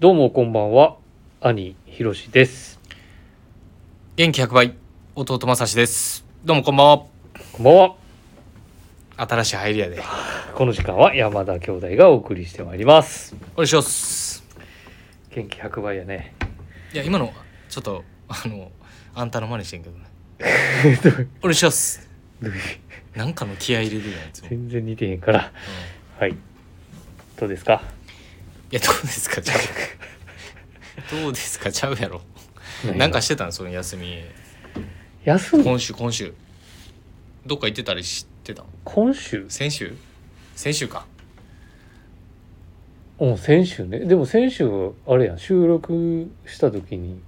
どうもこんばんは兄ひろしです元気100倍弟正志ですどうもこんばんはこんばんは新しい入りやでこの時間は山田兄弟がお送りしてまいりますお願いします元気100倍やねいや今のちょっとあのあんたの真似してんけ どねお願いしますなんかの気合い入れてるやんいつも、うん、い全然似てへんからはいどうですかやどうですかちゃうどうですかちゃうやろなんかしてたんその休み休む今週今週どっか行ってたりしてた今週先週先週かうん先週ねでも先週あれやん収録した時に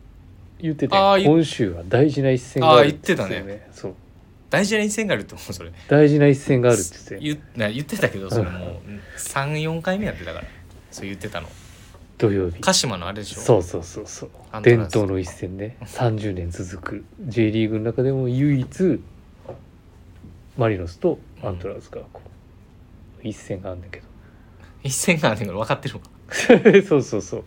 言ってたあやーん言っ今週は大事な一戦があるあー言ってたそう大事な一戦があると思うそれ大事な一戦があるって言ってたやん言な言ってたけどそれもう34回目やってだからそう言ってたの土曜日鹿島のあれでしょそうそうそうそうアントラ伝ーズ統の一戦ね30年続く J リーグの中でも唯一マリノスとアントラーズがこう一戦があんだけ一戦があるんだから分かってるわど そうそうそう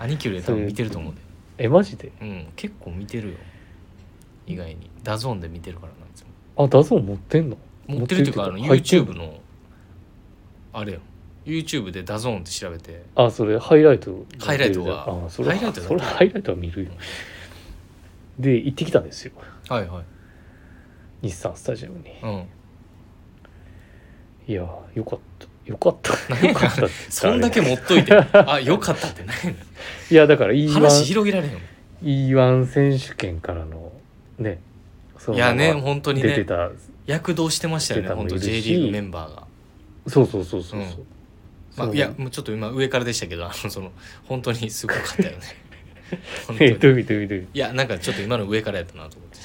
兄貴より多分見てると思うでえマジでうん結構見てるよ意外にダゾーンで見てるからなんですよあダゾーン持ってんの持ってるっていうかあの入ってん YouTube のあれよ YouTube でダゾーンって調べてあそれハイライトハイライトはあそれハイライトだそれハイライトは見るよで行ってきたんですよはいはい日産スタジアムにうんいやよかったよかった よかったって言ったらあれそんだけ持っと いてあよかったってないいやだからいいのわ話広げられへんよ E1 選手権からのねそいのまやまね本当に出てねた、躍動してましたよ出てねたの本もい当るし J リーグメンバーがそうそうそうそうそう、うんそまうあ、いやもうちょっと今上からでしたけどあのその本当にすごかっ たよね本当えにどういうどういうどういういやなんかちょっと今の上からやったなと思って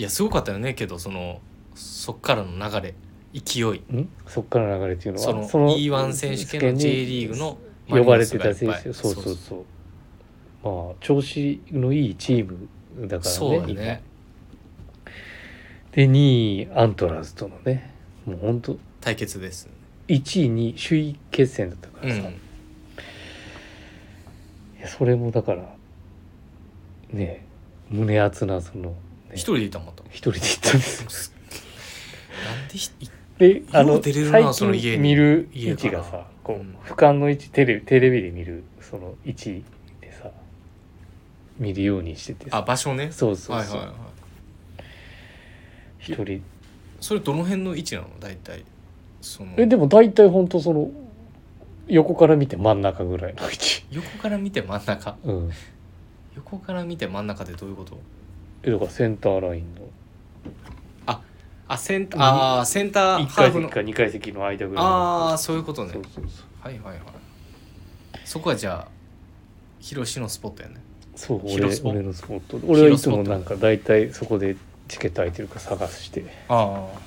いやすごかったよねけどそのそっからの流れ勢いんそっからの流れっていうのはその E1 選手権の J リーグの呼ばれてた選マリ手ノスそがういっぱそいうそうまあ調子のいいチームだからねそうやね今で2位アントラーズとのねもう本当対決です1位に首位決戦だったかうらさ、んいやそれもだからね胸熱なその、ね、一人でいたもんと一人で行ったんですなんでひいであよのう出れるな最その家近に見る位家置がからさこう、うん俯瞰の位置テレビテレビで見るその位置でさ見るようにしててあさ場所ねそうそうそはいうはいはい一、人それどの辺の位置なの大体そのえでも大体ほんとその横から見て真ん中ぐらいの位 置横から見て真ん中うん横から見て真ん中ってどういうことえだからセンターラインのあセンターあーセンター1ハ階ーフ席のか2階席の間ぐらいのああそういうことねそうそうそうはいはいはいそこはじゃあ広島のスポットやねそう広スポ俺俺のスポット俺はいつも広スポットなんか大体そこでチケット空いてるか探してああ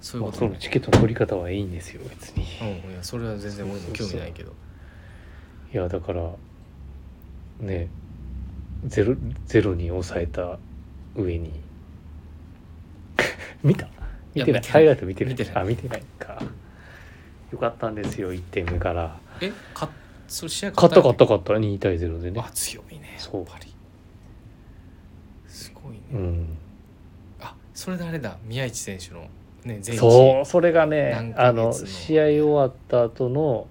そういうまあことそのねチケットの取り方はいいんですよ別に。うんいやそれは全然俺も興味ないけどいやだからねゼロゼロに抑えた上に 見た見てないいや見てないハイライト見てない見てないあ見てないかよかったんですよ1点目からえかそれ試合勝った勝っんだた勝った2対0でねあ強いねそうやっぱりすごいね、うんあそれであれだ宮市選手のね前そうそれが何ねあヶ月のの試合終わった後の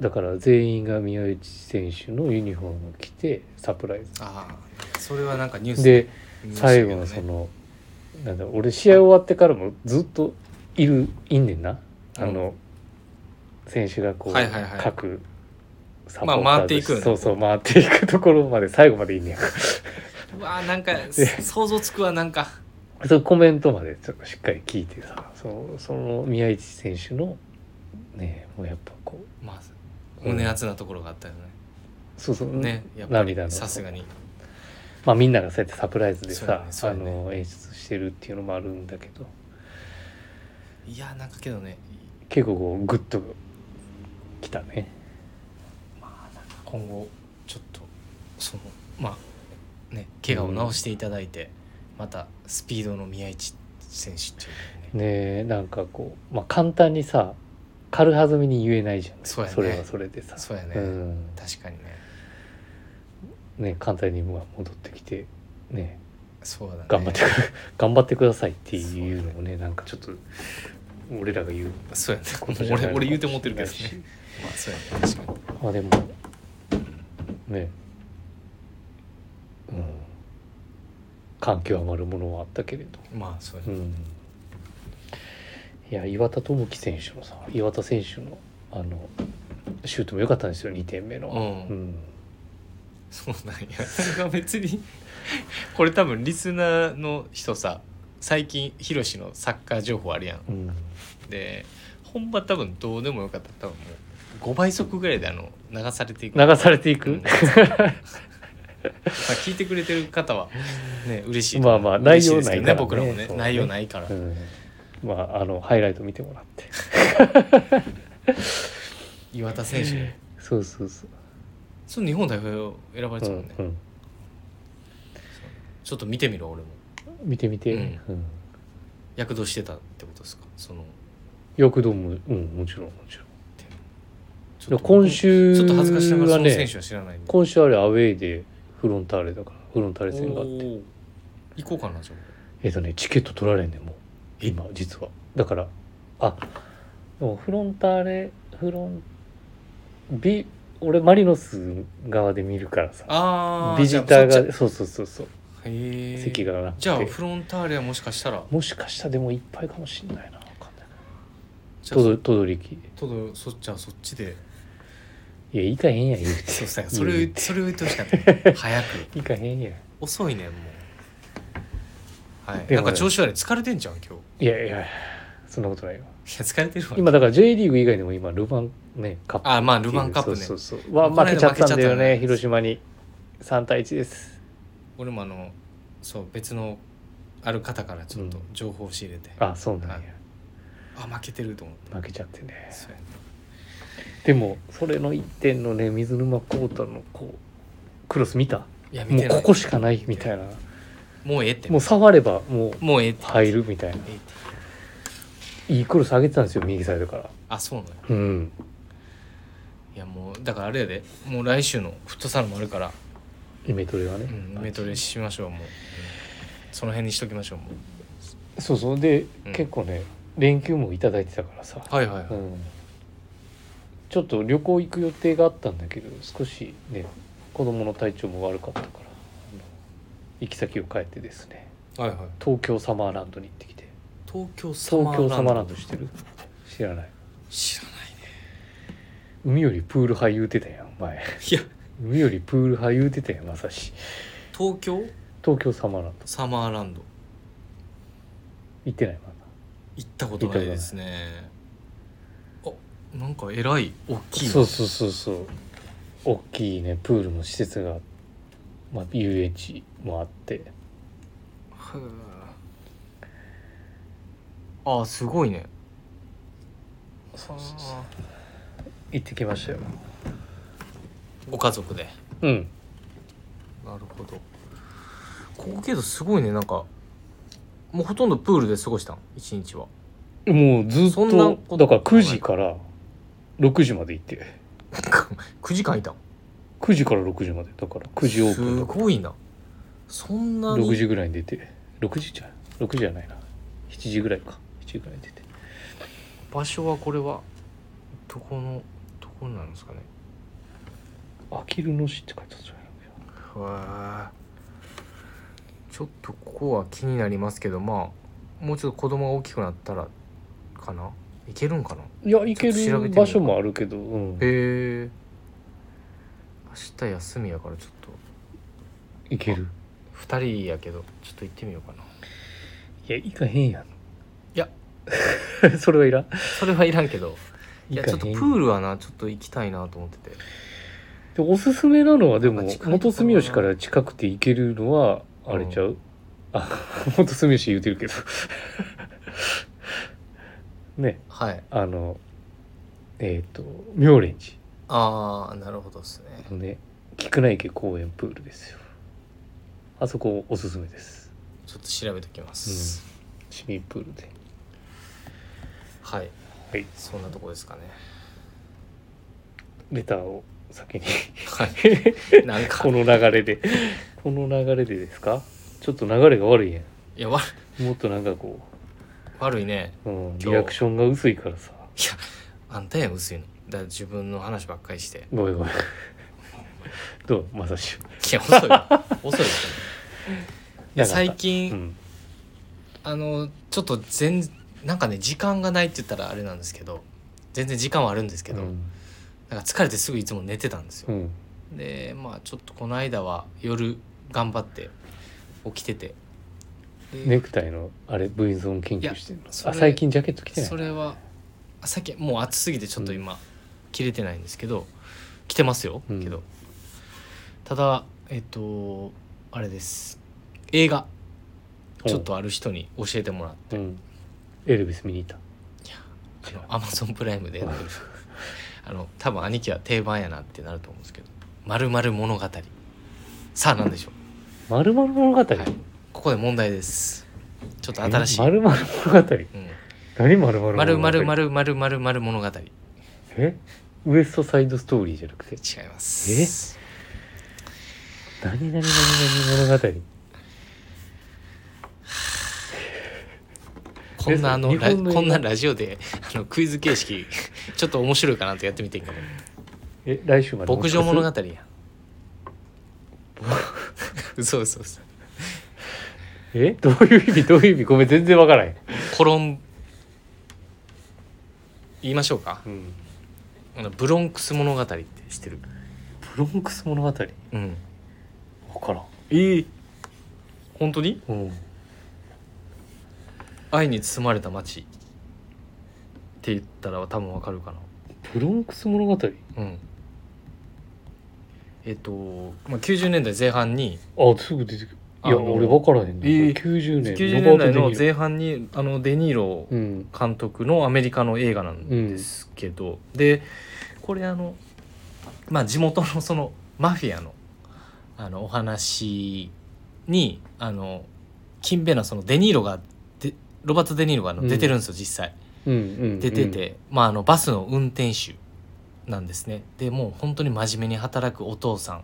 だから全員が宮内選手のユニフォームを着てサプライズああそれはなんかニュースで見ましたけ最ど後のねその、なんだ俺試合終わってからもずっといるいんねんなあの、選手がこう、はいはいはい各サまあ回っていくよねそうそう回っていくところまで最後までいん ねんかうわーなんかで想像つくわなんかそのコメントまでちょっとしっかり聞いてさそのその宮市選手のねもうやっぱこうまあ胸熱なところがあったよね、そうそう、ねやっぱり涙のさすがにまあ、みんながそうやってサプライズでそうやさ、ねそうあやねの演出してるっていうのもあるんだけどいやなんかけどね結構こうグッときたね。今後ちょっとそのまあね怪我を治していただいて、またスピードの宮市選手っていうのをねねえなんかこう、まあ、簡単にさ軽はずみに言えないじゃんそうやねれはそれでさそうやね、ん、確かにねね簡単にまあ戻ってきてねそうだね頑張ってく、頑張ってくださいっていうのもねなんかちょっと俺らが言うそうやねことじゃない俺のかも俺言うて思ってるけどねしれないしまあそうやね確かにまあでもねうん感極まるものはあったけれどまあそうやうね、んいや岩田智樹選手のさ岩田選手のあのシュートも良かったんですよ2点目の、うんうんそうなんやそれが別にこれ多分リスナーの人さ最近ヒロシのサッカー情報あるやんうんで本場多分どうでもよかったら多分もう5倍速ぐらいであの流されていく流されていく、うんまあ聞いてくれてる方はね嬉しいまあまあ嬉しですけど内容ねない僕かららねもねそうね内容ないから、うんまああのハイライト見てもらって岩田選手そうそうそうその日本代表を選ばれてたもんね、うんうんちょっと見てみろ俺も見てみて、うんうん躍動してたってことですかその躍動もうんもちろんもちろんちょっと今週ちょっと恥ずかしながらそはねの選手は知らないんで今週あれアウェーでフロンターレだからフロンターレ戦があっておー行こうかなじゃあえっ、とねチケット取られんねんもうえ今実はだからあでもフロンターレフロンビ俺マリノス側で見るからさあービジターじゃあそっがそうそうそうそうちへー席がなくじゃあてフロンターレはもしかしたらもしかしたらでもいっぱいかもしんないなわかんないじゃあとどとどりきいトドそっちはそっ ちでや行かへんやん言うてそうさそれを言言うってそれを言ってほしか った早く行かへんやん遅いねんもうはい、でもなんか調子悪い疲れてんじゃん今日いいやいやそんなことないよや疲れてるわ今だから J リーグ以外でも今ルヴァンねカップあまあルヴァンカップねそうそうそうはこの間負けちゃったんだよ負けちゃったねね広島に3対1です俺もあのそう別のある方からちょっとうん情報を仕入れて、あそうなんやはいあ負けてると思って負けちゃってねそうやねでもそれの1点のね水沼宏太のこうクロス見たいや見もうてないここしかないみたいなもうええってもう触ればもうもうええって入るみたいなええっていいクロス上げてたんですよ右サイドからあそうなのうんいやもうだからあれやでもう来週のフットサルもあるから、イメトレはね、うん、メトレしましょうもう、うんその辺にしときましょうもうそうそうで、うん結構ね連休もいただいてたからさ、はいはいはい、うん、ちょっと旅行行く予定があったんだけど少しね子供の体調も悪かったからあの行き先を変えてですねはいはい東京サマーランドに行ってきて東京サ東マー京ラサンマドーランドしてる知らない知らない海よりプール派言うてたやん前いや海よりプール派言うてたやんまさし東京東京サマーランドサマーランド行ってないま行ったことないですねあなんかえらい大だきいそうそうそうそう大きいねプールの施設が、まあ、遊園地もあってはああすごいねそうそうそう行ってきましたよご家族でうんなるほどここけどすごいねなんかもうほとんどプールで過ごしたん一日は もうずっそんなことだとから9時から6時まで行って9時間いたん9時から6時までだから9時オープンすだからごいなそんなに6時ぐらいに出て6時じゃ6時じゃないな7時ぐらいか7時ぐらいに出て場所はこれはどこのどこなんですかね「あきる野市」って書いてあったじゃないのわあちょっとここは気になりますけどまあもうちょっと子供が大きくなったらかないけるんかないや行けちょっと調るべてみよ場う所もあるけど、うん、へえ明日休みやからちょっと行ける2人やけどちょっと行ってみようかないや行かへんやんいや それはいらんそれはいらんけど行いやかへちょっんとプールはなちょっと行きたいなと思っててでおすすめなのはでもなんか近いとこ元住吉から近くて行けるのはあれちゃう、あ 元住吉言うてるけどねはいあのえっ、と妙蓮寺ああなるほどですねのね菊池公園プールですよあそこおすすめですちょっと調べときます、市民プールではいはいそんなとこですかねレターを先に はいなんかこの流れでこの流れでですかちょっと流れが悪いやいやわんもっとなんかこ悪いねう、うん、今日リアクションが薄いからさいやあんたやん薄いのだから自分の話ばっかりしてごめんごめん どうまさしゅいや遅いよ 遅いよいや最う近、んあのちょっと全なんかね時間がないって言ったらあれなんですけど全然時間はあるんですけど、うんなんか疲れてすぐいつも寝てたんですよ、うんでまあちょっとこの間は夜頑張って起きててでネクタイのあれ V ゾーン研究してるのいやそれあ最近ジャケット着てないそれはあさっきもう暑すぎてちょっと今、切れてないんですけど着てますよ、うんけどただえっとあれです映画ちょっとある人に教えてもらっうん、うんエルビス見に行ったあのアマゾンプライムでやってる あの多分兄貴は定番やなってなると思うんですけど「まるまる物語」さあ何でしょ「まるまる物語」う、はい、ここで問題ですちょっと新しいまるまる物語うん何まるまるまるまるまるるまるまるまる物語違いえウエストサイドストーリーじゃなくてます何何何何々物語こんなあのですラ日本の映画こんなラジオであのクイズ形式 ちょっと面白いかなとやってみてんけどえ来週まで牧場物語持やってん嘘嘘嘘くえどういう意味どういう意味ごめん全然わからへん、コロン言いましょうかうん、あのブロンクス物語って知ってるブロンクス物語わかうんらんええ本当にうん愛に包まれた街って言ったら多分わかるかブロンクス物語あなうんえっと、まあ、90年代前半にすぐ出てくるいあやの俺わからへんね、えー90年90年代のロバートデニーロ前半にあのデニーロうん監督のアメリカの映画なんですけど、でこれあのまあ地元のそのマフィアのあのお話にあの勤勉なそのデニーロがでロバート・デニーロがあのうん出てるんですよ、実際うんうん出てて、まあ、あのバスの運転手なんですねでもう本当に真面目に働くお父さん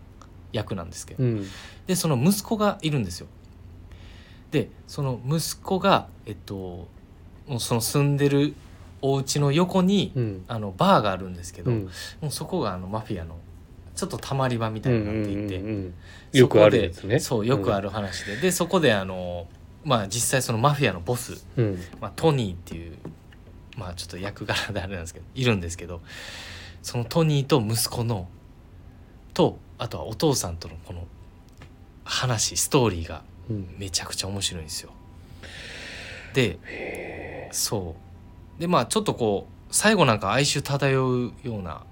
役なんですけど、うんうんでその息子がいるんですよでその息子がえっともうその住んでるお家の横に、うんあのバーがあるんですけど、うんもうそこがあのマフィアのちょっとたまり場みたういんになっていて、うんうんうんそよこでくあるやつねそうよくある、る話で、でそこであのまあ実際そのマフィアのボス、うんまあ、トニーっていうまあちょっと役柄であれなんですけどいるんですけどそのトニーと息子のとあとはお父さんとのこの話ストーリーがうんめちゃくちゃ面白いんですよ。でそうでまあちょっとこう最後なんか哀愁漂うような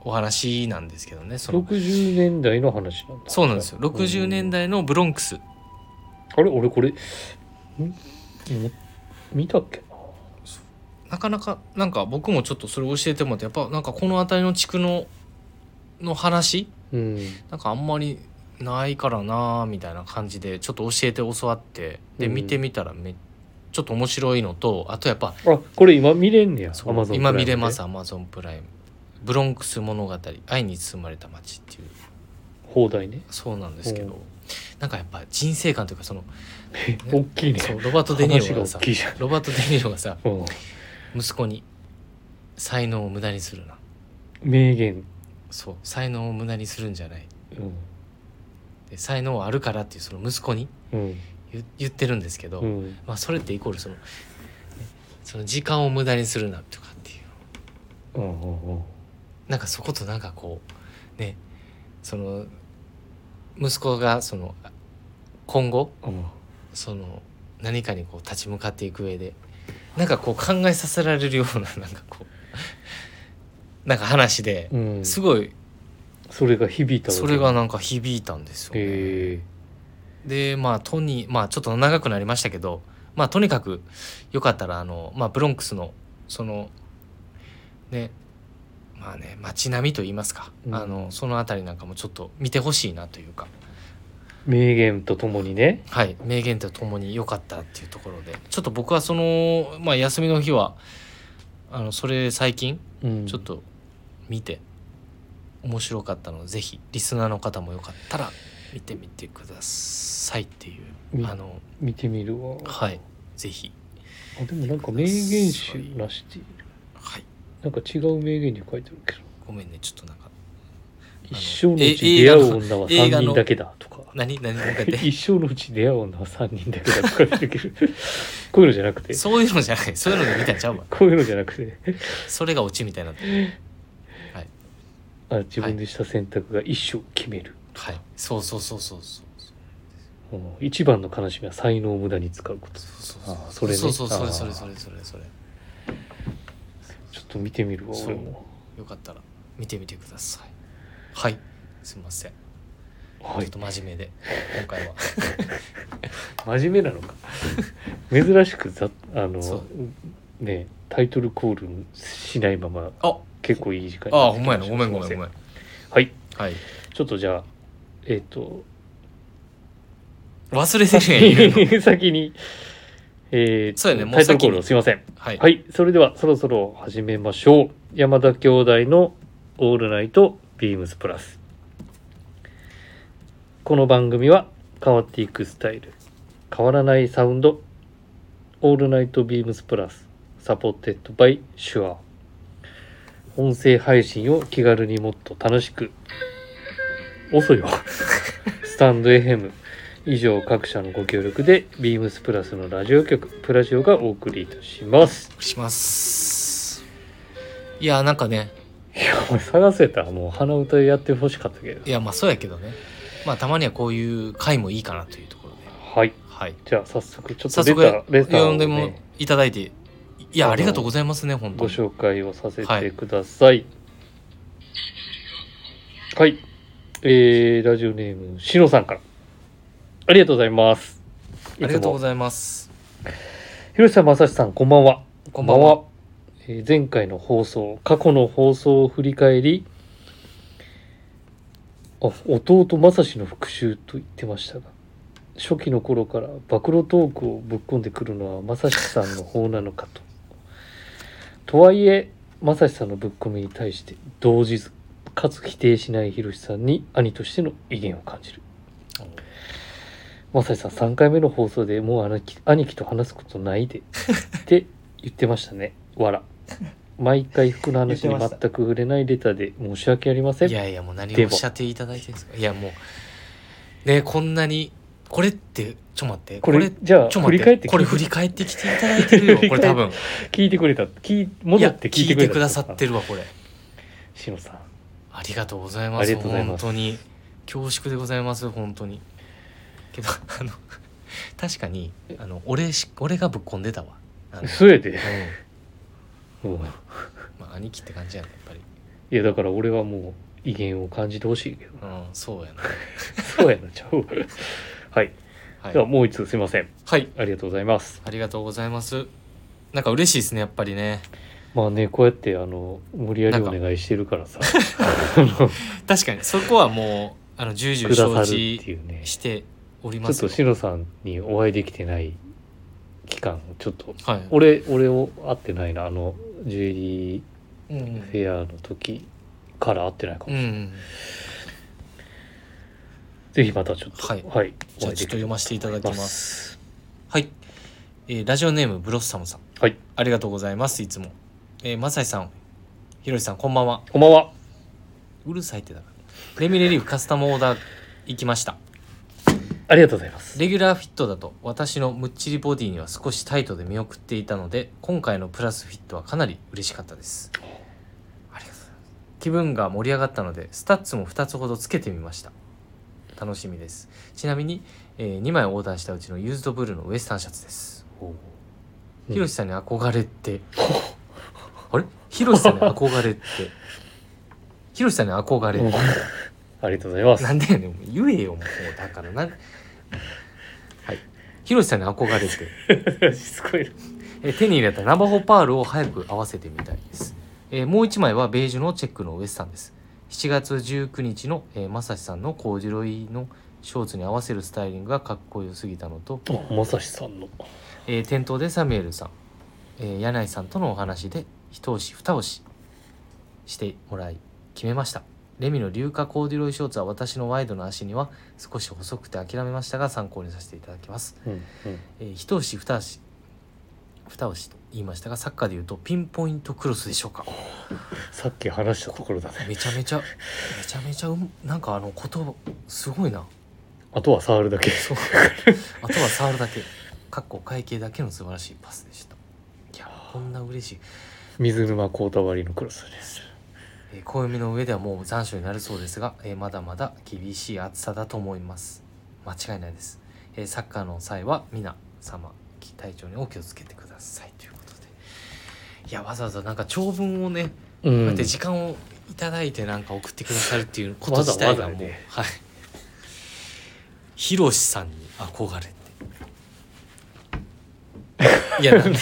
お話なんですけどねその60年代の話なんだそうなんですよ60年代のブロンクスあれ俺これんん見たっけななかなかなんか僕もちょっとそれ教えてもらってやっぱなんかこの辺りの地区のの話うんなんかあんまりないからなーみたいな感じでちょっと教えて教わってでうん見てみたらめちょっと面白いのとあとやっぱあこれ今見れんねやそう Amazon プ今ライムで見れますアマゾンプライム「ブロンクス物語愛に包まれた街」っていう放題ねそうなんですけうどなんかやっぱ人生観というかその大きいねそうロバート・デ・ニ話ーロががさ大きいじゃんロバート・デ・ニーロがさうん息子に「才能を無駄にするな」名言そう才能を無駄にするんじゃないうんで才能はあるからっていうその息子にうん言言ってるんですけど、うんまあ、それってイコールその,、ねその時間を無駄にするなとかっていううんうんうんなんかそことなんかこうねその息子がその今後うんその何かにこう立ち向かっていく上でなんかこう考えさせられるようななん かこうなんか話でうんすごいそれが響いたわけそれがなんか響いたんですよね。へでまあトニーまあちょっと長くなりましたけどまあとにかくよかったらあの、まあ、ブロンクスのそのねまあね街並みといいますか、うんあのその辺りなんかもちょっと見てほしいなというか、ー名言とともにねはい、名言とともによかったっていうところでちょっと僕はその、まあ、休みの日はあのそれ最近うん、ちょっと見て面白かったのでぜひリスナーの方もよかったら見てみてくださいっていうみあの見てみるわはいぜひあでもなんか名言集らしているはいなんか違う名言に書いてあるけどごめんねちょっとなんか一生のうちえ出会映画うの女は映画3の人だけだとか何何もう 一回言っ一生のうち出会う女は3人だけだとかっていう こういうのじゃなくててそういうのじゃないそういうので見たんちゃうわこういうのじゃなくてそれがオチみたいになってるあ自分でした選択が一生決める、はいそうそうそうそうそううん一番の悲しみは才能を無駄に使うことあそそうれねそうそうそうそうそあれーそれそれそれちょっと見てみるわそう俺もよかったら見てみてくださいはいすみません、はいちょっと真面目で今 回は真面目なのか珍しくざあそのねタイトルコールしないままあ結構いい時間にあなあってほきんましたまやなごめんごめんすいごまめせんはいはいちょっとじゃあえっ、と忘れてるやんいろい先ろに 先にえーそうやねもタうイトルコー先ルをにすいませんはい、はいそれではそろそろ始めましょう山田兄弟の「オールナイトビームスプラス」この番組は変わっていくスタイル変わらないサウンド「オールナイトビームスプラス」サポーテッドバイシュア音声配信を気軽にもっと楽しく遅いわスタンド FM 以上各社のご協力でビームスプラスのラジオ局プラジオがお送りいたしますしますいやなんかねいやお前探せたらもう鼻歌やってほしかったけどいやまあそうやけどねまあたまにはこういう回もいいかなというところではいはいじゃあ早速ちょっと早レタ速ーレター呼を、んでもね、いただいていやあのありがとうございますね本当ごに紹介をさせはていくださいはい、えー、ラジオネームしのさんからありがとうございますありがとうごいつもざいます広瀬さん正史さんこんばんはこんばんはえー前回の放送過去の放送を振り返りあ弟正志の復讐と言ってましたが初期の頃から暴露トークをぶっ込んでくるのは正志さんの方なのかととはいえ正志さんのぶっ込みに対して動じずかつ否定しない広志さんに兄としての威厳を感じる正志さん3回目の放送でもう兄貴兄貴と話すことないでって言ってましたねわら毎回服の話に言ってました全く触れないレターで申し訳ありませんいやいやもう何でをおもっしゃっていただいてるんですかいやもうねこんなにこれってちょ待ってこれじゃあちょ振待りっ返てってこれ振り返ってきていただいてるよこれ多分聞いてくれた聞い戻って聞いてくれや聞たいてくださってるわこれしのさんありがとうございあまりすがとうございます本当に恐縮でございます本当にけどあの確かにあの俺し俺がぶっこんでたわあの、うんそやで、うん、まあ、兄貴って感じやねやっぱりいやだから俺はもう威厳を感じてほしいけどうんそうやなそうやなちゃうはい、でははい、もう一つすいませんはい、ありがとうございますありがとうございますなんか嬉しいですねやっぱりねまあねこうやってあの無理やりお願いしてるからさ確かにそこはもうあの 重々くださる承って知いうねしておりちょまっすとよしのさんにお会いできてない期間ちょっとはい俺俺を会ってないなあのジュエリうんうんーフェアの時から会ってないかうも、んうんぜひまたちょっとはいはい、じゃあちょっと読ませていただきますはい、えーラジオネームブロッサムさんはいありがとうございますいつもえー、マサイさんひろしさんこんばんはこんばんはうるさいってだからレミレリーフカスタムオーダー行きましたありがとうございますレギュラーフィットだと私のむっちりボディには少しタイトで見送っていたので今回のプラスフィットはかなり嬉しかったですありがとうございます気分が盛り上がったのでスタッツも2つほどつけてみました楽しみですちなみに、え2枚オーダーしたうちのユーズドブルーのウエスタンシャツですうんひろしさんに憧れて、あれひろしさんに憧れてひろしさんに憧れて、うん ありがとうございます なんでやねんもう言えよもうだからなんはいひろしさんに憧れてしつこいなえ手に入れたナバホパールを早く合わせてみたいです、えーもう一枚はベージュのチェックのウエスタンです7月19日の、えー、まさしさんのコージュロイのショーツに合わせるスタイリングがかっこよすぎたのと、あまさしさんのえー店頭でサミュエルさん、えー柳井さんとのお話で一押し二押ししてもらい決めましたレミの硫化コーデュロイショーツは私のワイドな足には少し細くて諦めましたが参考にさせていただきます、うんえー、一押し二押し二押しと言いましたがサッカーでいうとピンポイントクロスでしょうかさっき話したところだねめちゃめちゃめちゃめちゃうんなんかあの言葉すごいな あとは触るだけそうあとは触るだけかっこ会計だけの素晴らしいパスでしたいやこんな嬉しい、水沼孝太割りのクロスですえー暦の上ではもう残暑になるそうですが、えーまだまだ厳しい暑さだと思います間違いないです、えーサッカーの際は皆様体調にお気をつけてくださいということでいやわざわざなんか長文をねうこうんやって時間をいただいてなんか送ってくださるっていうこと自体がもう、わざわざねはいひろしさんに憧れていや なんで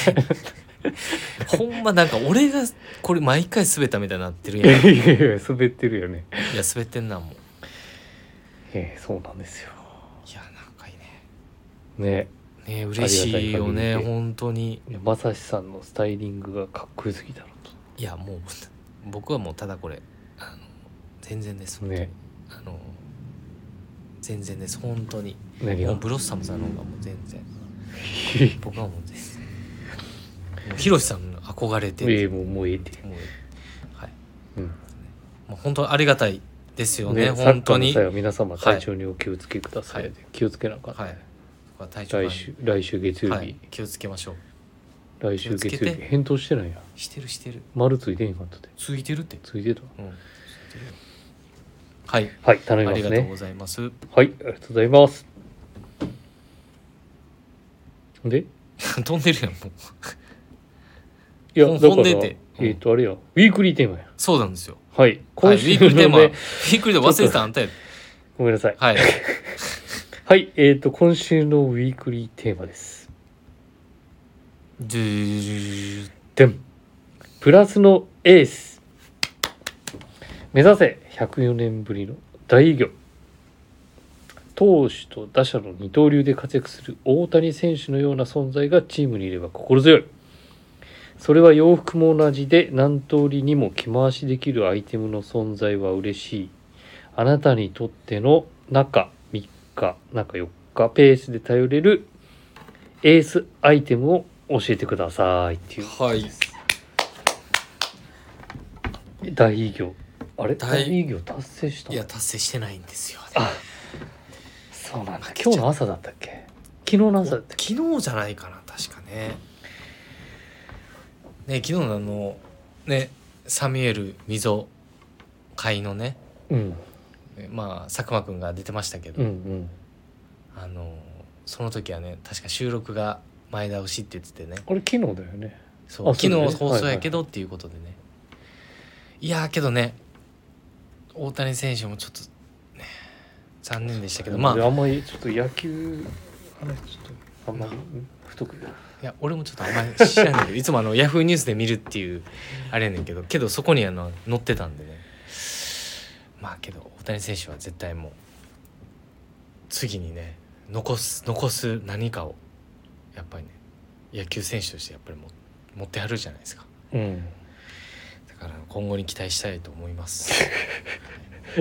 ほんまなんか俺がこれ毎回滑ったみたいになってるやんいいやいや滑ってるよねや滑ってんなもうええそうなんですよいやなんかいいねねね嬉しいよありがたいね限りで本当にいやまさしさんのスタイリングがかっこよすぎだろいやもう 僕はもうただこれあの全然ですうと本当に、ねあの全然です本当に何もがうブロッサムさんの方がもう全 然僕はもう全然ヒロシさんの憧れてええてもうもうええってもうはいうんもう本当にありがたいですよねね本当にサッカーの際はは皆様体調にお気をつけください、はい気をつけなあかんい僕は体調管来理週来週月曜日、はい、気をつけましょう来週気をつ月け曜て日返答してないやしてるしてる丸ついてへんかったでついてるってついてたうんついてるよはいはい頼みあまりすがとうねございます はいありがとうございますで飛んでるやんもういやほんだからほんでてうんえっ、とあれやウィークリーテーマやそうなんですよはいはい、ウ今週ィークのルね、テーマウィークルテーマ忘れてたあんたやごめんなさい はいはいえっ、と今週のウィークリーテーマですドゥーでんプラスのエース目指せ104年ぶりの大偉業投手と打者の二刀流で活躍する大谷選手のような存在がチームにいれば心強いそれは洋服も同じで何通りにも着回しできるアイテムの存在は嬉しいあなたにとっての中3日中4日ペースで頼れるエースアイテムを教えてくださいっていうはい大偉業あれ大大偉業達成したいや達成してないんですよあそうなんだ今日の朝だったっけ昨日の朝だったっけ昨日じゃないかな確かねね昨日のあのねサミュエル溝会のねうんまあ佐久間くんが出てましたけど、うんうんあのその時はね確か収録が前倒しって言っててねあれ昨日だよねそうあ昨そうだね日放送やけどっていうことでね、いやーけどね大谷選手もちょっとね残念でしたけどまあ俺あんまりちょっと野球あれちょっとあんまり太くいや俺もちょっとあんまり知らない けどいつもあのヤフーニュースで見るっていうあれやねんけどけどそこにあの載ってたんでねまあけど大谷選手は絶対もう次にね残す残す何かをやっぱりね野球選手としてやっぱりも持ってはるじゃないですかうん だから今後に期待したいと思います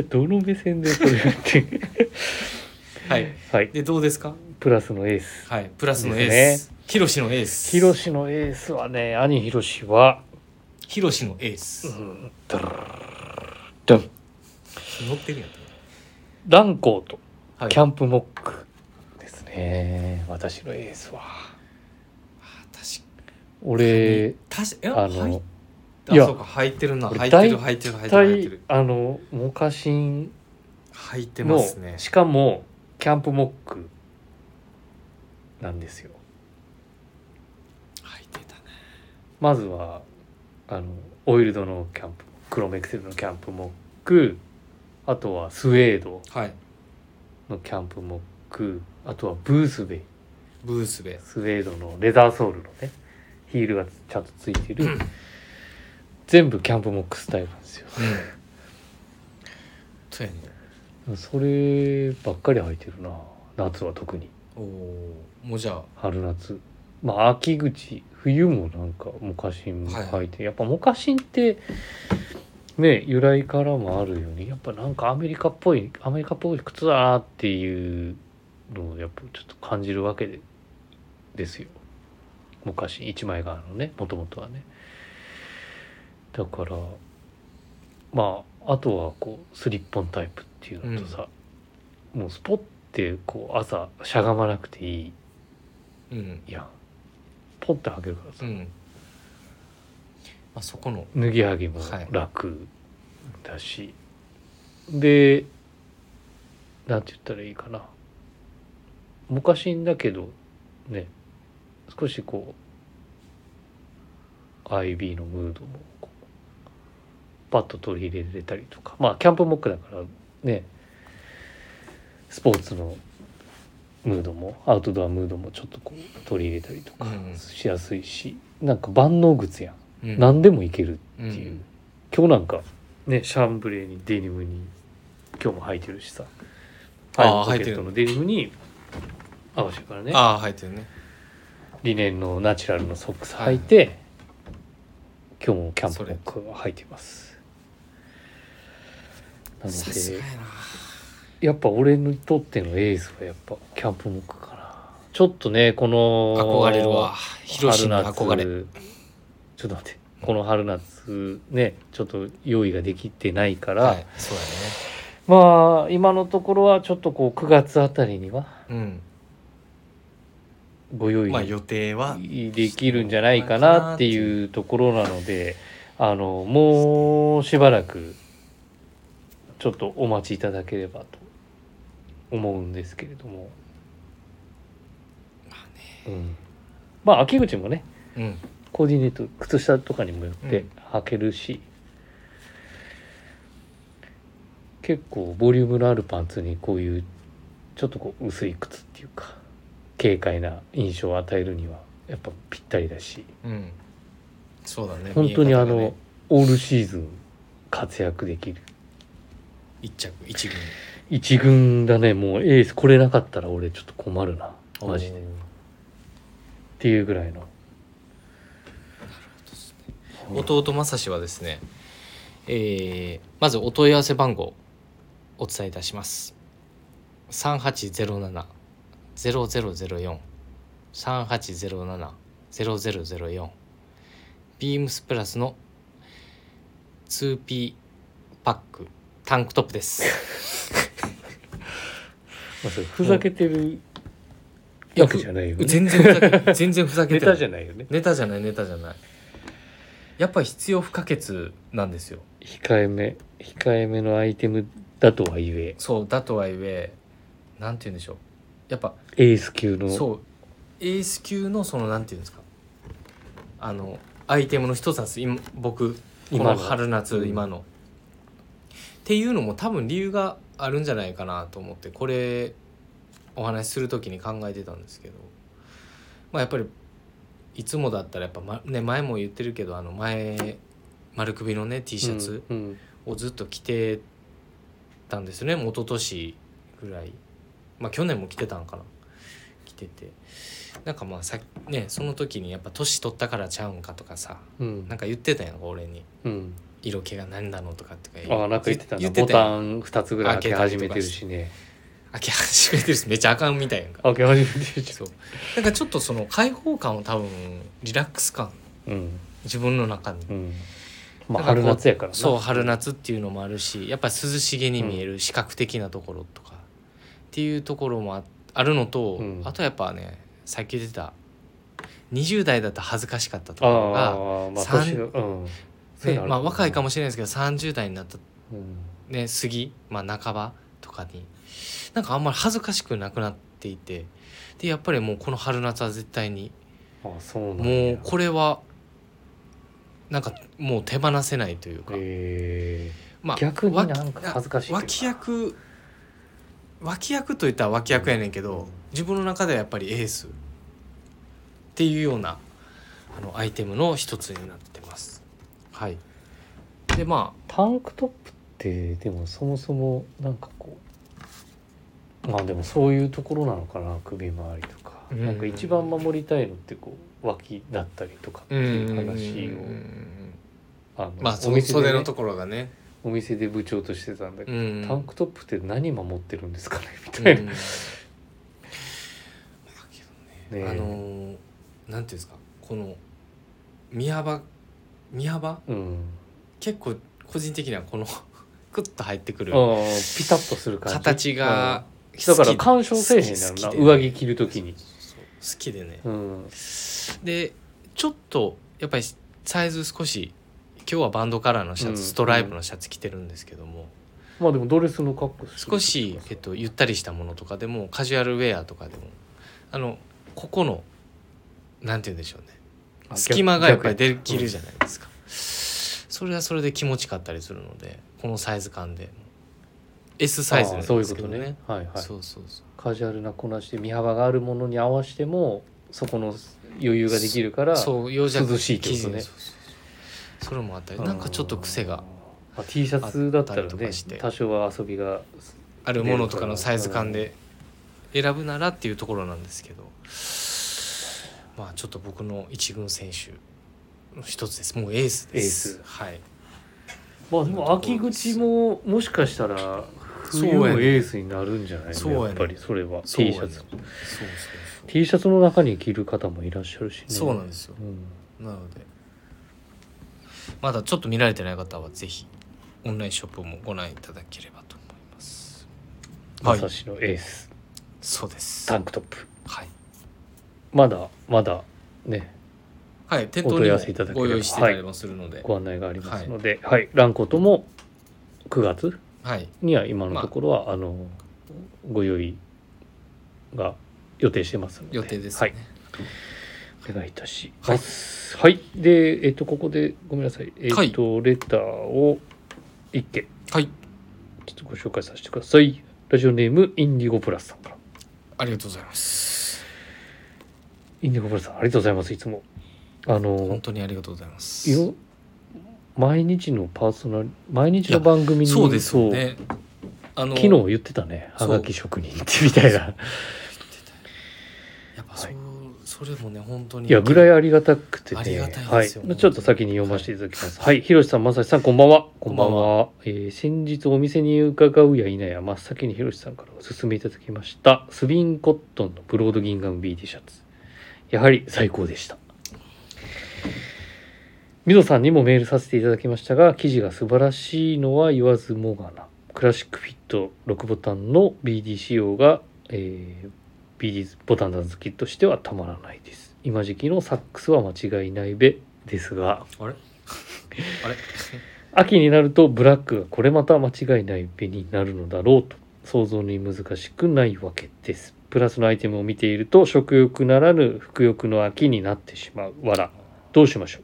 どの目線でそれやってん はいはいでどうですかプラスのエースはいプラスのエでーすスヒロシのエースヒロシのエースはね兄ヒロシはヒロシのエース、うんドゥルルルルルン乗ってるやんランコーとはいキャンプモックですね私のエースはあ確か俺確かいやあ入っのあいやそうか入ってるな入俺ってる大入ってる入ってる入って対るあのモカシン入ってまのすねしかもキャンプモックなんですよ入ってたねまずはあのオイルドのキャンプクロメクセルのキャンプモックあとはスウェードはいのキャンプモックあとはブースベイブースベスウェードのレザーソールのねヒールがちゃんとついてる全部キャンプモックスタイルなんですようんそうやねそればっかり履いてるな夏は特におおもうじゃあ春夏まあ秋口冬もなんかモカシン履いて、やっぱモカシンってね由来からもあるようにやっぱなんかアメリカっぽいアメリカっぽい靴だなっていうのをやっぱちょっと感じるわけでですよモカシン一枚側のねもともとはねだからまああとはこうスリッポンタイプっていうのとさ、もうスポってこう朝しゃがまなくていいうんいやポッて履けるからうさ、んまあ、そこの脱ぎはぎもはい楽だし、でなんて言ったらいいかな昔んだけどね少しこう IB のムードもこうパッと取り入れれたりとかまあキャンプモックだからねスポーツのムードもアウトドアムードもちょっとこう取り入れたりとかうんしやすいし、なんか万能靴やんうん何でもいけるっていう、うん今日なんかねシャンブレーにデニムに今日も履いてるしさあータイムポケットのデニムに合わせてからねああ入ってるねリネンのナチュラルのソックス履いて、今日もキャンプそモッれクは履いてますなのさすがでやなやっぱ俺にとってのエースはやっぱキャンプモックかなちょっとねこの憧れるわヒロシの春夏憧れちょっと待ってこの春夏ねちょっと用意ができてないから、はいそうまあ今のところはちょっとこう9月あたりにはだねご用うん意まあ予定はできるんじゃないかなっていうところなのであのもうしばらくちょっとお待ちいただければと思うんですけれども、まあねうん、まあ秋口もねうんコーディネート靴下とかにもよってうん履けるし、結構ボリュームのあるパンツにこういうちょっとこう薄い靴っていうか軽快な印象を与えるにはやっぱぴったりだしうんそうだね本当にあの、見え方がねオールシーズン活躍できる一着一軍一軍だねもうエースこれなかったら俺ちょっと困るなマジでっおーていうぐらいの弟正志はですね、えーまずお問い合わせ番号お伝えいたします3807-0004-3807-0004ビームスプラスの 2P パックタンクトップです まあそれふざけてるわけじゃないよね全然ふざけ全然ふざけネてなタいじゃないよねネタじゃないネタじゃないやっぱ必要不可欠なんですよ控えめ控えめのアイテムだとはいえそうだとはいえなんて言うんでしょうやっぱエース級のそうエース級のそのなんていうんですかあのアイテムの一つなんです今僕こ今のの春夏うん今の。っていうのも多分理由があるんじゃないかなと思ってこれお話しする時に考えてたんですけど、まあ、やっぱりいつもだったらやっぱ、まね、前も言ってるけどあの前丸首のね T シャツ、うんうんをずっと着てたんですねもう一昨年ぐらいまあ去年も着てたんかな着ててなんかまあさねその時にやっぱ年取ったからちゃうんかとかさうんなんか言ってたやんか俺にうん色気が何なのとかとかああなんか言ってたな言ボってたやんタン2つぐらい開け始めてるしね開け始めてるしめっちゃあかんみたいやんか開け始めてるしそうなんかちょっとその開放感を多分リラックス感うん自分の中にうんまあな春んかこう夏やからなそう春夏っていうのもあるしやっぱり涼しげに見える視覚的なところとか、っていうところもああるのと、うんあとやっぱねさっき言ってた20代だと恥ずかしかったとこあろがあまあ三年がうんそういうねのるまあ、若いかもしれないですけど30代になった、うんね、過ぎ、まあ、半ばとかになんかあんまり恥ずかしくなくなっていてでやっぱりもうこの春夏は絶対にあそうなんもやうこれはなんかもう手放せないというか。えまあ、逆にわなんか恥ずかしいというか脇役脇役といったら脇役やねんけど、うん自分の中ではやっぱりエースっていうようなあのアイテムの一つになってますはいでまータンクトップってでもそもそもなんかこうまあでもそういうところなのかな首周りとかうんなんか一番守りたいのってこう脇だったりとかっていう話をあのまあそおの店袖でねのところがねお店で部長としてたんだけど、うんタンクトップって何守ってるんですかねみたいな、うんねまあけどねあのーなんていうんですかこの見幅見幅うん、結構個人的にはこの クッと入ってくあるーピタッとする感じ形が好きだから干渉せえへんやんな好き好きで上着着るときに、そう好きでねうん、でちょっとやっぱりサイズ少し今日はバンドカラーのシうャツ、んストライプのシャツ着てるんですけどもまあでもドレスの格好する少し、えっと、ゆったりしたものとかでもカジュアルウェアとかでもあのここのなんて言うんでしょうねあ隙間がやっぱりでき逆るじゃないですかそれはそれで気持ちよかったりするのでこのサイズ感で S サイズなんあーでそういうすこけとどねねはいはいそうそうそうカジュアルなこなしで身幅があるものに合わせてもそこの余裕ができるからそう洋弱涼しいってことね生地そうそうそうそれもあったりなんかちょっと癖がまあ T シャツだったらあったりとねかして多少は遊びがあるものとかのサイズ感で選ぶならっていうところなんですけどまあちょっと僕の一軍選手の一つですもうエースですエースはいまあでも秋口ももしかしたら冬そうやのねエースになるんじゃないそうやのねやっぱりそれはそう T やねシャツそうそうそう T シャツの中に着る方もいらっしゃるしねそうなんですようんなのでまだちょっと見られてない方はぜひオンラインショップもご覧いただければと思いますまはいさしのエースそうですタはンクトップい、まだまだねはい、店お頭問にい合もわせいただければご用意してたりもするのでご案内がありますのではい、ランコとも9月はいには今のところは、あ、のご用意が予定してますので予定ですはいね、お願いいたしますはい、でえっとここでごめんなさいえっと、はいレターを一件はい、ちょっとご紹介させてくださいラジオネームインディゴプラスさんからありがとうございますインディゴプラスさんありがとうございますいつもあの本当にありがとうございますいろ毎日のパーソナリ毎日の番組にそうですよね。あのそう昨日言ってたねそはうがき職人ってみたいなやっぱそう、それもね本当にいやぐらいありがたくてねありがたいですよはい、ちょっと先に読ませていただきますはいひろしさんまさしさんこんばんはここんんばばんんははえー先日お店に伺うや否や真っ先にひろしさんからお勧めいただきましたスビンコットンのブロードギンガム B T シャツやはり最高でしたみぞさんにもメールさせていただきましたが生地が素晴らしいのは言わずもがなクラシックフィット6ボタンの BD 仕様が、えー、BD ボタンダン好きとしてはたまらないです今時期のサックスは間違いないべですがあれあ れ秋になるとブラックがこれまた間違いないべになるのだろうと想像に難しくないわけですプラスのアイテムを見ていると食欲ならぬ服欲の秋になってしまうわらどうしましょう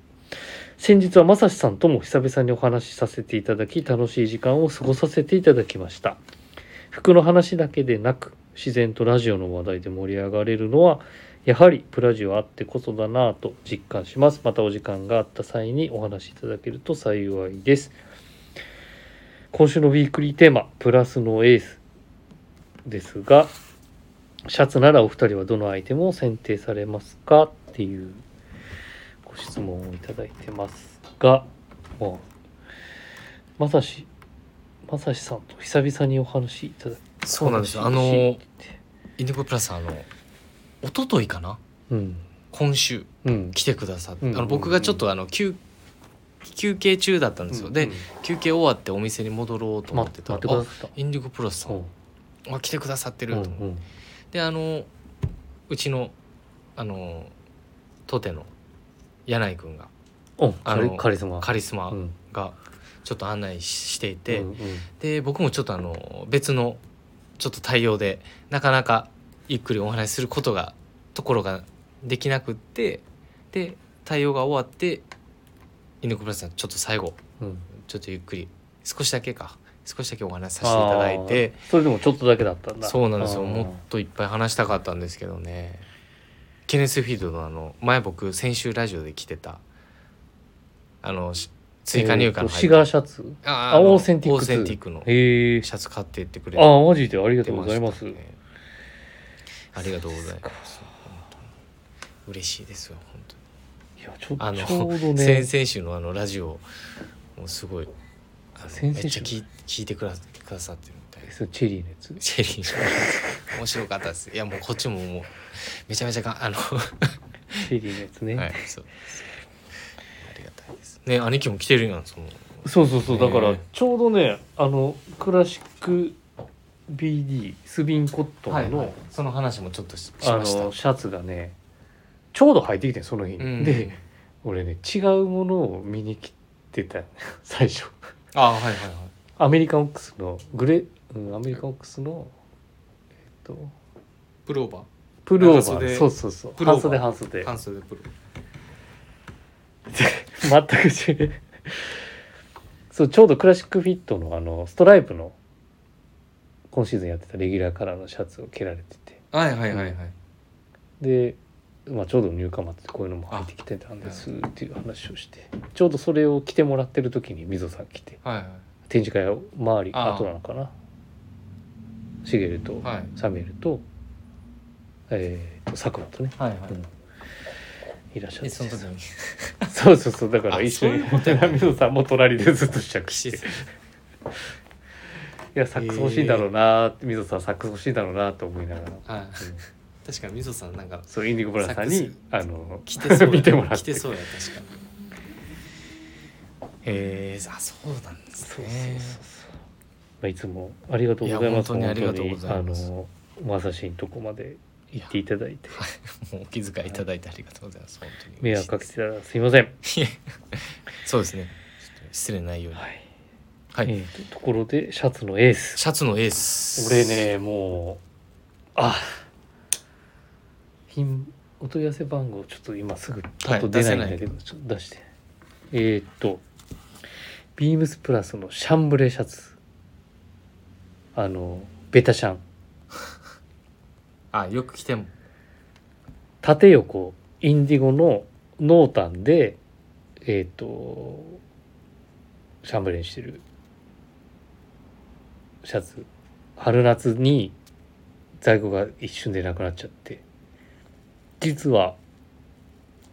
先日はまさしさんとも久々にお話しさせていただき楽しい時間を過ごさせていただきました服の話だけでなく自然とラジオの話題で盛り上がれるのはやはりプラジオあってこそだなぁと実感しますまたお時間があった際にお話しいただけると幸いです今週のウィークリーテーマ「プラスのエース」ですがシャツならお二人はどのアイテムを選定されますかっていうご質問をいただいてますがまあまさしまさしさんと久々にお話しいただきそうなんですよ。あのインディゴプラスあの一昨日かなうん今週うん来てくださって、うんうんうんあの僕がちょっとあの休休憩中だったんですよ。で、うん休憩終わってお店に戻ろうと思待っっててた待ら、ってくだあさったインディゴプラスさうんん、あ来てくださってるうとん思って、うんであのうちのあの当店の柳井君がうんカあのリカリスマカリスマうんがちょっと案内ししていて、うんうんで僕もちょっとあの別のちょっと対応でなかなかゆっくりお話しすることがところができなくってで対応が終わって犬子村さんちょっと最後うんちょっとゆっくり少しだけか少しだけお話しさせていただいてあーそれでもちょっとだけだったんだそうなんですよあーもっといっぱい話したかったんですけどねケネスフィールドのあの前僕先週ラジオで来てたあのし追加入え荷ーとの入っシガーシャツあーああのオーセンティックオーセンティックのへえシャツ買ってってくれてああマジでありが出とうごましざたいねますありがとうございます。嬉しいですよ本当にいやちょあのちょうどね先々週のあのラジオもすごいあの先々週めっちゃ聞い聞いてくだくださってるみたいですそうチェリーのやつチェリー面白かったですいやもうこっちももうめちゃめちゃかあのはチェリーのやつね、いそうありがたいですね兄貴も来てるやんそのそうそうそうだかへらえちょうどねあのクラシック BD スビンコットンの,、その話もちょっとししあましたのシャツがねちょうど入ってきてんその日に、うんで俺ね違うものを見に来てた 最初あはいはいはいアメリカンオックスのグレ、うん、アメリカンオックスのえっとプローバプルオー長バー袖そうそうそうプルオ半ー袖バー半袖ー半袖プロー全く違う そうちょうどクラシックフィットのあのストライプの今シーズンやってたレギュラーカラーのシャツを着られててバーはいはいはいはい、で、まあ、ちょうど入荷待ってこういうのも入ってきてたんですっていう話をしてちょうどそれを着てもらってる時に溝さん来てはい展示会を回りああ後なのかなシゲルとはいはいサミュエルと,、えーと佐久間とねはいはうんいらっしゃってでその時にそうそうそうだからあ一緒にそういうことやね水野さんも隣でずっと試着してい岸さんやサックス欲しいんだろうなって水野さんサックス欲しいんだろうなと思いながら、 はい確かにみぞさんなんかそうインディゴブラさんサッにクスあの来て そうや 見てもらって来てそうや確かにえー、あそうなんですねまあ、いつもありがとうございますいや本当にありがとうございます本当にあのまさしんとこまで行っていただいてもうお気遣いいただいてありがとうございます本当に迷惑かけてたらすいませんそうですねちょっと失礼ないようにはい、はい、えーとところでシャツのエースシャツのエース俺ねもうあ品お問い合わせ番号ちょっと今すぐパッと出ないんだけど、ちょっと出してえー、っとビームスプラスのシャンブレーシャツあのベタシャンあよく来ても縦横インディゴの濃淡でえー、っとシャンブレーにしてるシャツ春夏に在庫が一瞬でなくなっちゃって実は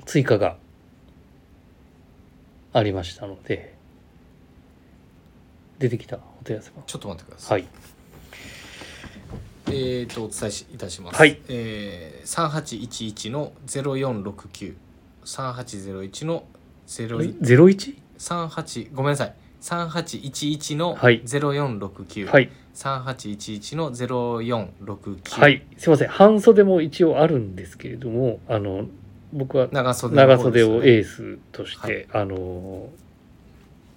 追加がありましたので出てきたお問い合わせ番ちょっと待ってください、はいえー、とお伝えしいたします、はいえー、3811の04693801の0 01? 38ごめんなさい3811のはい0469、はい3811の0469、はい、すいません半袖も一応あるんですけれどもあの僕は長袖の長方で袖すねをエースとしはいて、あの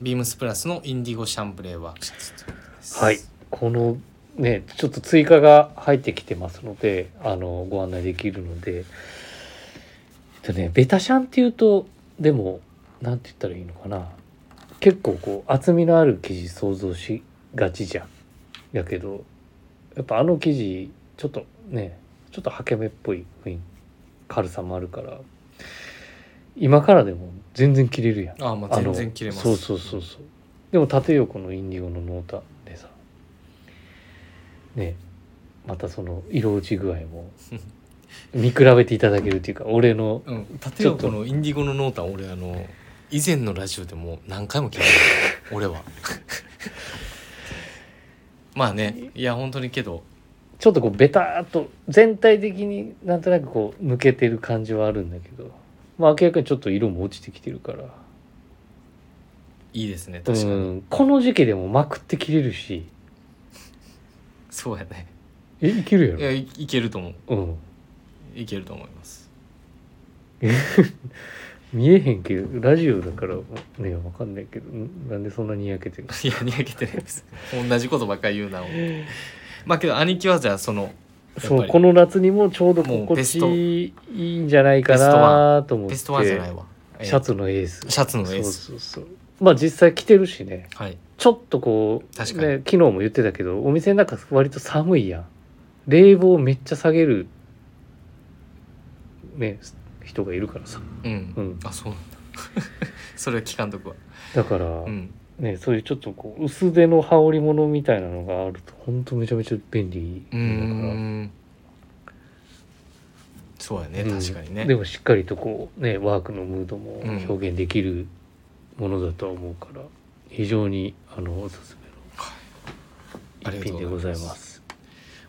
ビームスプラスのインディゴシャンブレーワークシャツということですはいこのねちょっと追加が入ってきてますので、あのご案内できるのでえっとねベタシャンっていうとでもなんて言ったらいいのかな結構こう厚みのある生地想像しがちじゃんやけどやっぱあの生地ちょっとねちょっとはけ目っぽい雰囲気軽さもあるから今からでも全然着れるやんああまああ全の然切れますそうそうそうそうでも縦横のインディゴの濃淡でさねまたその色落ち具合 も見比べていただけるっていうか俺のうん、縦横のインディゴの濃淡俺あの以前のラジオでもう何回も聞 いた俺は まあねいや本当にけどちょっとこうベターっと全体的になんとなくこう抜けてる感じはあるんだけどまあ明らかにちょっと色も落ちてきてるからいいですね確かに、うんこの時期でもまくって切れるしそうやねえいけるやいろやいいけると思ううんいけると思います見えへんけどラジオだからねわかんないけどんなんでそんなにやけてるの いやにやけてないです同じことばっかり言うなまあけど兄貴はじゃあそのやっそぱうりこの夏にもちょうどもう心ベスト地いいんじゃないかなと思ってベストワンじゃないわ、えーシャツのエースシャツのエースそうそうそうまあ実際着てるしねはいちょっとこう確かにね、昨日も言ってたけどお店の中割と寒いやん冷房めっちゃ下げるね人がいるからさ、うん、うん、あそうなん だそれは聞かんとくわだから、うんねそういうちょっとこう薄手の羽織物みたいなのがあるとほんとめちゃめちゃ便利うーだからんそうやね、うん確かにねでもしっかりとこうねワークのムードもうん表現できるものだとは思うから、非常にあのおすすめあのり一品がとうでごござざいいまますす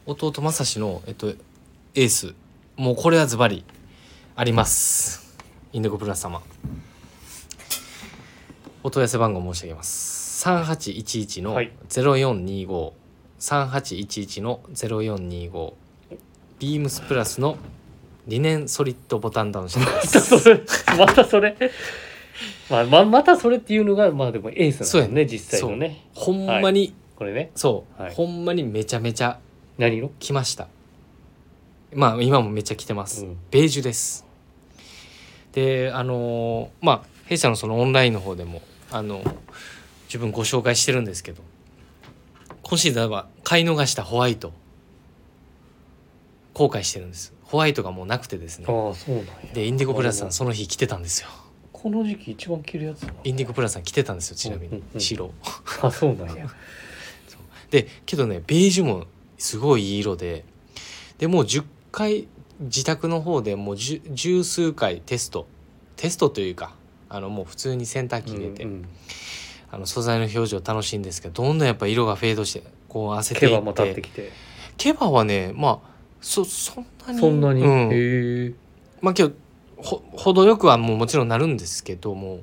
弟正志の、えっと、エースもうこれはズバリありますインデコプラス様お問い合わせ番号申し上げます3811のはい0425、3811の0425ビームスプラスのリネンソリッドボタンダウンシャツです またそれ まあままたそれっていうのがまあでもエースなんだそうやね実際のねほんまに、これねそう、はいほんまにめちゃめちゃ何の来ましたまあ今もめっちゃ来てます、うんベージュですであのーまあ弊社のそのオンラインの方でもあの自分ご紹介してるんですけど今シーズンは買い逃したホワイト後悔してるんですホワイトがもうなくてですねああそうなんやでインディゴプラスあさんのその日来てたんですよこの時期一番着るやつなのインディゴプラスさん来てたんですよちなみうんうにんうん白あそうなん やでけどねベージュもすごいいい色ででもう10回自宅の方でもう十十数回テストテストというかあのもう普通に洗濯機入れて、うんうんあの素材の表情楽しいんですけどどんどんやっぱ色がフェードしてこう焦っ毛ていって羽も立ってきて毛羽はねまあそそんなにそんなに、うんへえまあ今日ほ程よくはもうもちろんなるんですけどもうん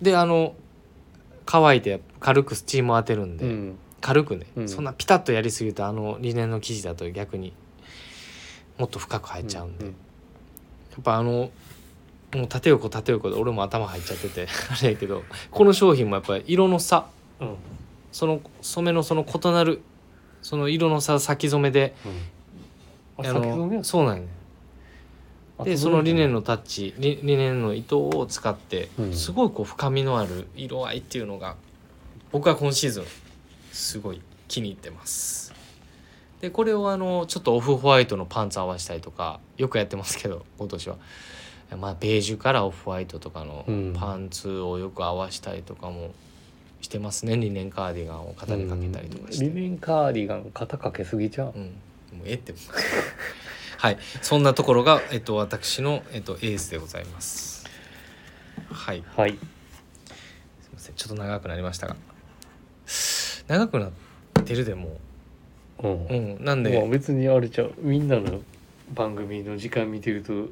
であの乾いて軽くスチームを当てるんで、うん軽くね、うんそんなピタッとやりすぎるとあのリネンの生地だと逆にもっと深く入っちゃうんで、やっぱあのもう縦横縦横で俺も頭入っちゃって てあれやけどこの商品もやっぱり色の差うんうんその染めのその異なるその色の差先染めでああ先ほどねのそうなんやねでそのリネンのタッチリリネンの糸を使って、うんすごいこう深みのある色合いっていうのが僕は今シーズンすごい気に入ってますでこれをあのちょっとオフホワイトのパンツ合わせたりとかよくやってますけど今年は、まあ、ベージュからオフホワイトとかのうんパンツをよく合わせたりとかもしてますね、リネンカーディガンを肩にかけたりとかして、うんリネンカーディガン肩かけすぎじゃんうん、もうええっても うはいそんなところが、えっと、私の、えっと、エースでございますはいはいすいませんちょっと長くなりましたが長くなってるでもうんううんなんまあで別にあれちゃうみんなの番組の時間見てると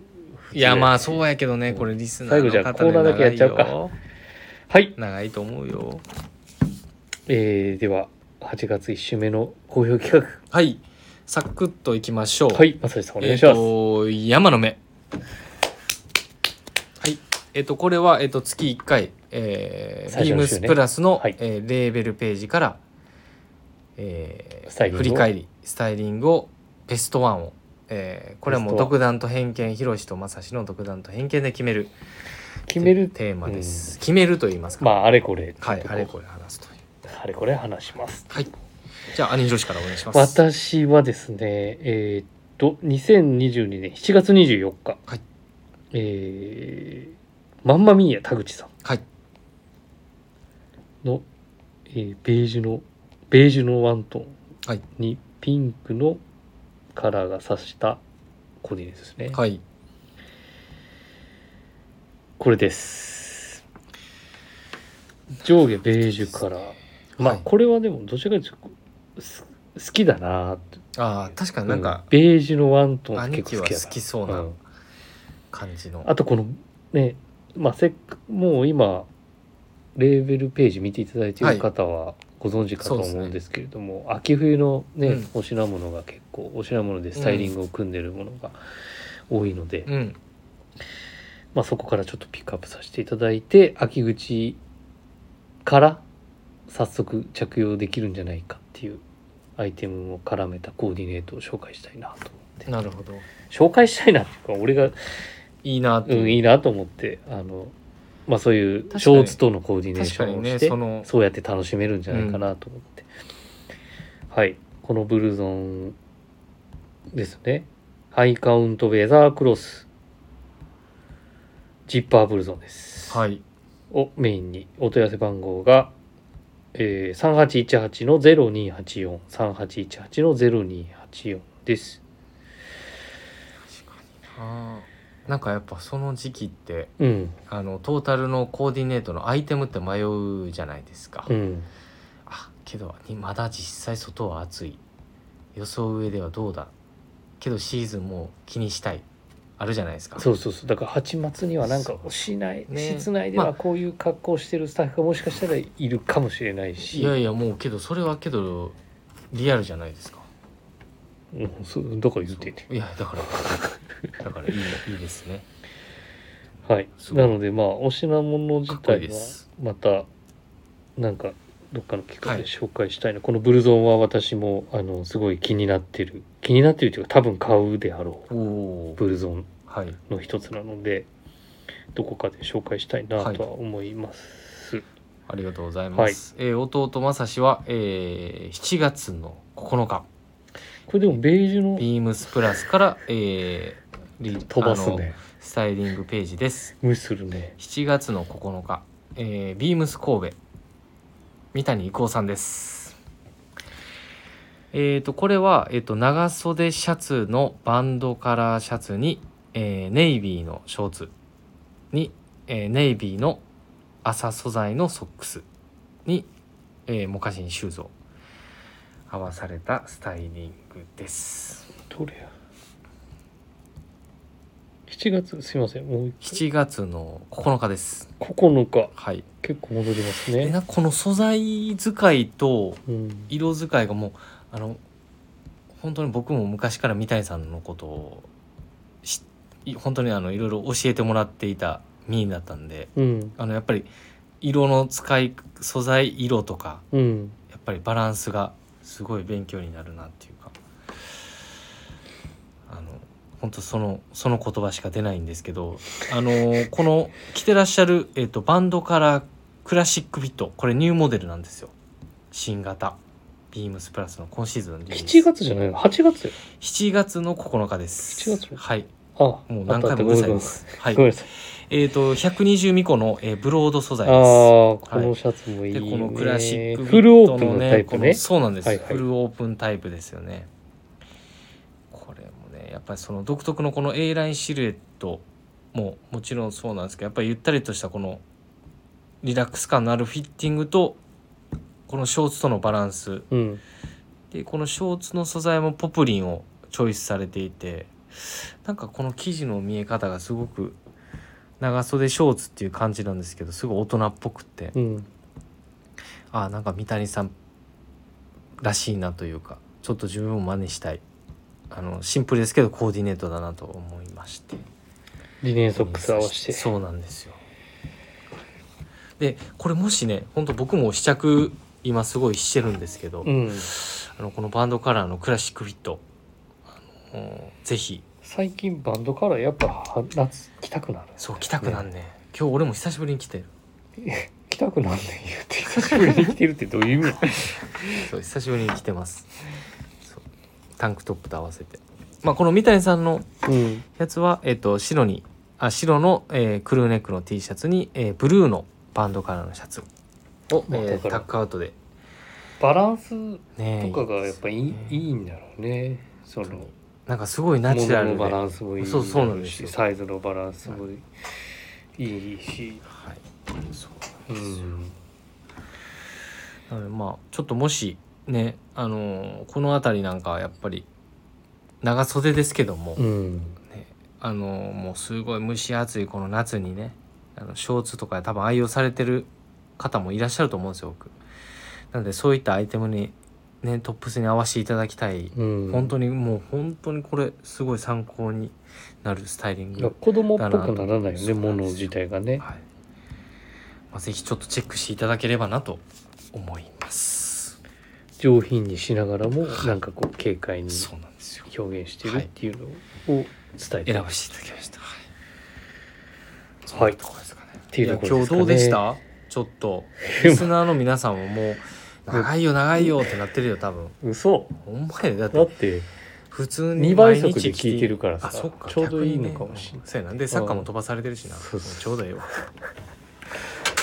いやまあうそうやけどねこれリスナ最後ーじのゃあ方ねコーナーだけやっちゃうか長いよはい、長いと思うよえー、では8月1週目の好評企はいサクッといきましょう画はいまさしさんお願いしえまっす、と山の目はいえっ、とこれは、えっと月1回、えー、最ビ初ーのム週ねスプラスの、はいえーレーベルページから、えースタイリングを振り返りスタイリングをベストワンを、えーこれはもうベストワン独断と偏見ひろしとまさしの独断と偏見で決める決めるテーマです、決めると言いますか、まああれこれはいあれれこれ話すというあれこれ話しますはいじゃあ兄ひろしからお願いします私はですねえーっと2022年7月24日、はいえー、まんまみーや田口さんはいの、えーベージュのベージュのワントーはいンにピンクのカラーが差したコーディネートですね、はいこれです上下ベージュカラー、まあはいこれはでもどちらかというとす好きだなーってあー確かになんかう、ベージュのワントーン兄結構貴は好きや好なきそうなうん感じの、あとこのね、まあ、せっかもう今レーベルページ見ていただいている方はご存知かとそうですね思うんですけれども、秋冬のね、うんお品物が結構お品物でスタイリングを組んでるものが多いので、うんまあ、そこからちょっとピックアップさせていただいて秋口から早速着用できるんじゃないかっていうアイテムを絡めたコーディネートを紹介したいなと思ってなるほど紹介したいなっていうか俺がいいなってうん、いいなと思ってあの、まあ、そういう確かにショーツとのコーディネーショ確ンかをにねして、そのそうやって楽しめるんじゃないかなと思って、はいこのブルゾンですねハイカウントウェザークロスジッパーブルゾンです、はいをメインにお問い合わせ番号が、えー、3818の02843818の0284ですあーなんかやっぱその時期ってうんあのトータルのコーディネートのアイテムって迷うじゃないですか、うんあけどにまだ実際外は暑い予想上ではどうだけどシーズンも気にしたいあるじゃないですかそうそうそうだから8月にはなんかそうしない、ね室内ではまあこういう格好してるスタッフがもしかしたらいるかもしれないしいやいやもうけどそれはけどリアルじゃないですかうん、そうだから言ってんねいやだからだからいいいいです ねはいすごいなのでまあお品物自かっこいい体ではすまたなんかどっかの機会ではい紹介したいな、このブルゾンは私もあのすごい気になってる気になってるというか多分買うであろおうおブルゾンはいの一つなのでどこかで紹介したいなはいとは思います、ありがとうございます、えー弟正志は、えー7月の9日これでもベージュのビームスプラスから、えーリ飛ばすあのねスタイリングページです無視するね7月の9日、えービームス神戸三谷郁夫さんですえー、とこれは、えー、と長袖シャツのバンドカラーシャツに、えーネイビーのショーツに、えーネイビーの麻素材のソックスに、えーモカシンシューズを合わされたスタイリングですどれや7月すいませんもう一7月の9日です回9日はい結構戻りますえねなんかこの素材使いとうん色使いがもうあの本当に僕も昔から三谷さんのことをし本当にあのいろいろ教えてもらっていたミーだったんでうんあのやっぱり色の使い素材色とかうんやっぱりバランスがすごい勉強になるなっていうかあの本当そのその言葉しか出ないんですけどあのこの着てらっしゃる、えっとバンドカラークラシックフィットこれニューモデルなんですよ新型ビームスプラスの今シーズンのリリース7月じゃないの8月よ7月の9日です7月はいあもう何回もうあったるさいあったですはいごめんなさいえっ、と120ミコの、えーブロード素材ああですーこのシャツもいいねでこのクラシックフルオープンのタイプこねのそうなんです、はいはいフルオープンタイプですよねこれもねやっぱりその独特のこの A ラインシルエットももちろんそうなんですけどやっぱりゆったりとしたこのリラックス感のあるフィッティングとこのショーツとのバランスうんでこのショーツの素材もポプリンをチョイスされていてなんかこの生地の見え方がすごく長袖ショーツっていう感じなんですけどすごい大人っぽくってうんあなんか三谷さんらしいなというかちょっと自分も真似したいあのシンプルですけどコーディネートだなと思いましてリネンソックス合わせてそうなんですよでこれもしね本当僕も試着今すごいしてるんですけど、うんあのこのバンドカラーのクラシックフィットあのぜひ最近バンドカラーやっぱは夏着たくなるそう着たくなんね今日俺も久しぶりに来てる着たくなんねん言うて久しぶりに着てるってどういう意味 そう久しぶりに来てますそうタンクトップと合わせてまあこの三谷さんのうんやつは、えっと白にあ白の、えークルーネックの T シャツに、えーブルーのバンドカラーのシャツを、まあえーだからタックアウトで、バランスとね、かがやっぱいい,、いいんだろうねそのなんかすごいナチュラル物で、のバラはンスもいいそうそうなんですよサイズのバランスもいいし、い、そううなんですよん、なのでまあちょっともしね、あのーこの辺りなんかはやっぱり長袖ですけども、うん、あのーもうすごい蒸し暑いこの夏にねあのショーツとか多分愛用されてる方もいらっしゃると思うんですよ僕なのでそういったアイテムにねトップスに合わせていただきたい、うん、本当にもう本当にこれすごい参考になるスタイリング、だからはい子供っぽくならないよそねうなんですよもの自体がねまあ、ぜひちょっとチェックしていただければなと思います上品にしながらもなんかこう軽快にそうなんですよ表現してるっていうのを伝えて選るっばせていただきましたはいそんはいなところですかねていうところですかねいや今日どうでしたちょっ とリスナーの皆さんももう長いよ長いよってなってるよ多分嘘ほんまやでだっだてって普通に2倍毎速日で聞いてるからあさそっかちょうどいいの逆かにねもしれないそうやなでサッカーも飛ばされてるしなそうそうちょうどええわ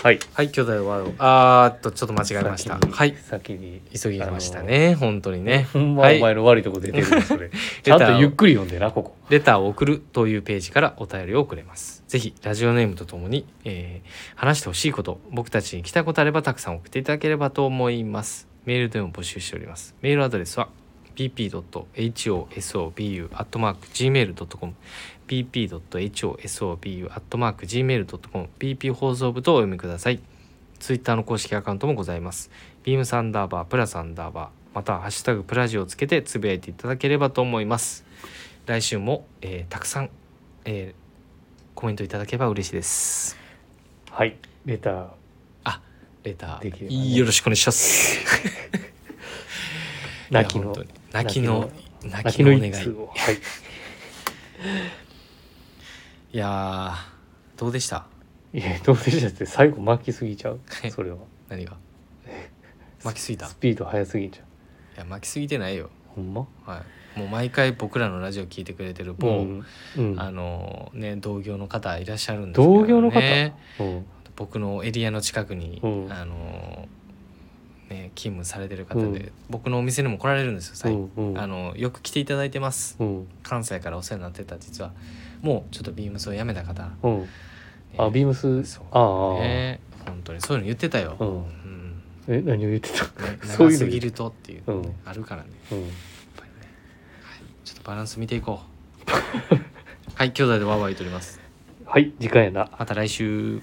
はいはい兄弟はあーっとちょっと間違えました先にはい先に急ぎましたね本当にねほんまはおい前の悪いとこ出てる なそれちレゃターをんとゆっくり読んでなここレターを送るというページからお便りを送れます。ぜひ、ラジオネームとともに、えー話してほしいこと、僕たちに来たいことあればたくさん送っていただければと思います。メールでも募集しております。メールアドレスは bp.hosobu.gmail.com bp.hosobu.gmail.com bp 放送部とお読みください。ツイッターの公式アカウントもございます。ビームサンダーバー、プラサンダーバー、またはハッシュタグプラジをつけてつぶやいていただければと思います。来週も、えーたくさん、えーコメントいただければ嬉しいです。はいレターレタできれー、ばねよろしくお願いします。 泣きいやの本当に泣きの泣泣ききののお願い。一通いをはい やーどうでした？いやどうでしたって最後巻きすぎちゃうそれは 何が？巻きすぎた。いスピード速すぎちゃうや巻きすぎてないよ。ほんまはい。もう毎回僕らのラジオ聞いてくれてる某、んうんあのーね同業の方いらっしゃるんですけど、ね、同業の方うん僕のエリアの近くに、うんあのーね勤務されてる方で、うん僕のお店にも来られるんですよ最近、うんうんあのよく来ていただいてますうん関西からお世話になってた実はもうちょっとビームスを辞めた方、ねうんあビームスそうああああね本当にそういうの言ってたよ、うんうんえ何を言ってたね そう長いうすのぎ言うるとっていうのね、あるからねうんやっぱりねはいちょっとバランス見ていこ うはい兄弟でワーワー言っておりますはい時間やなまた来週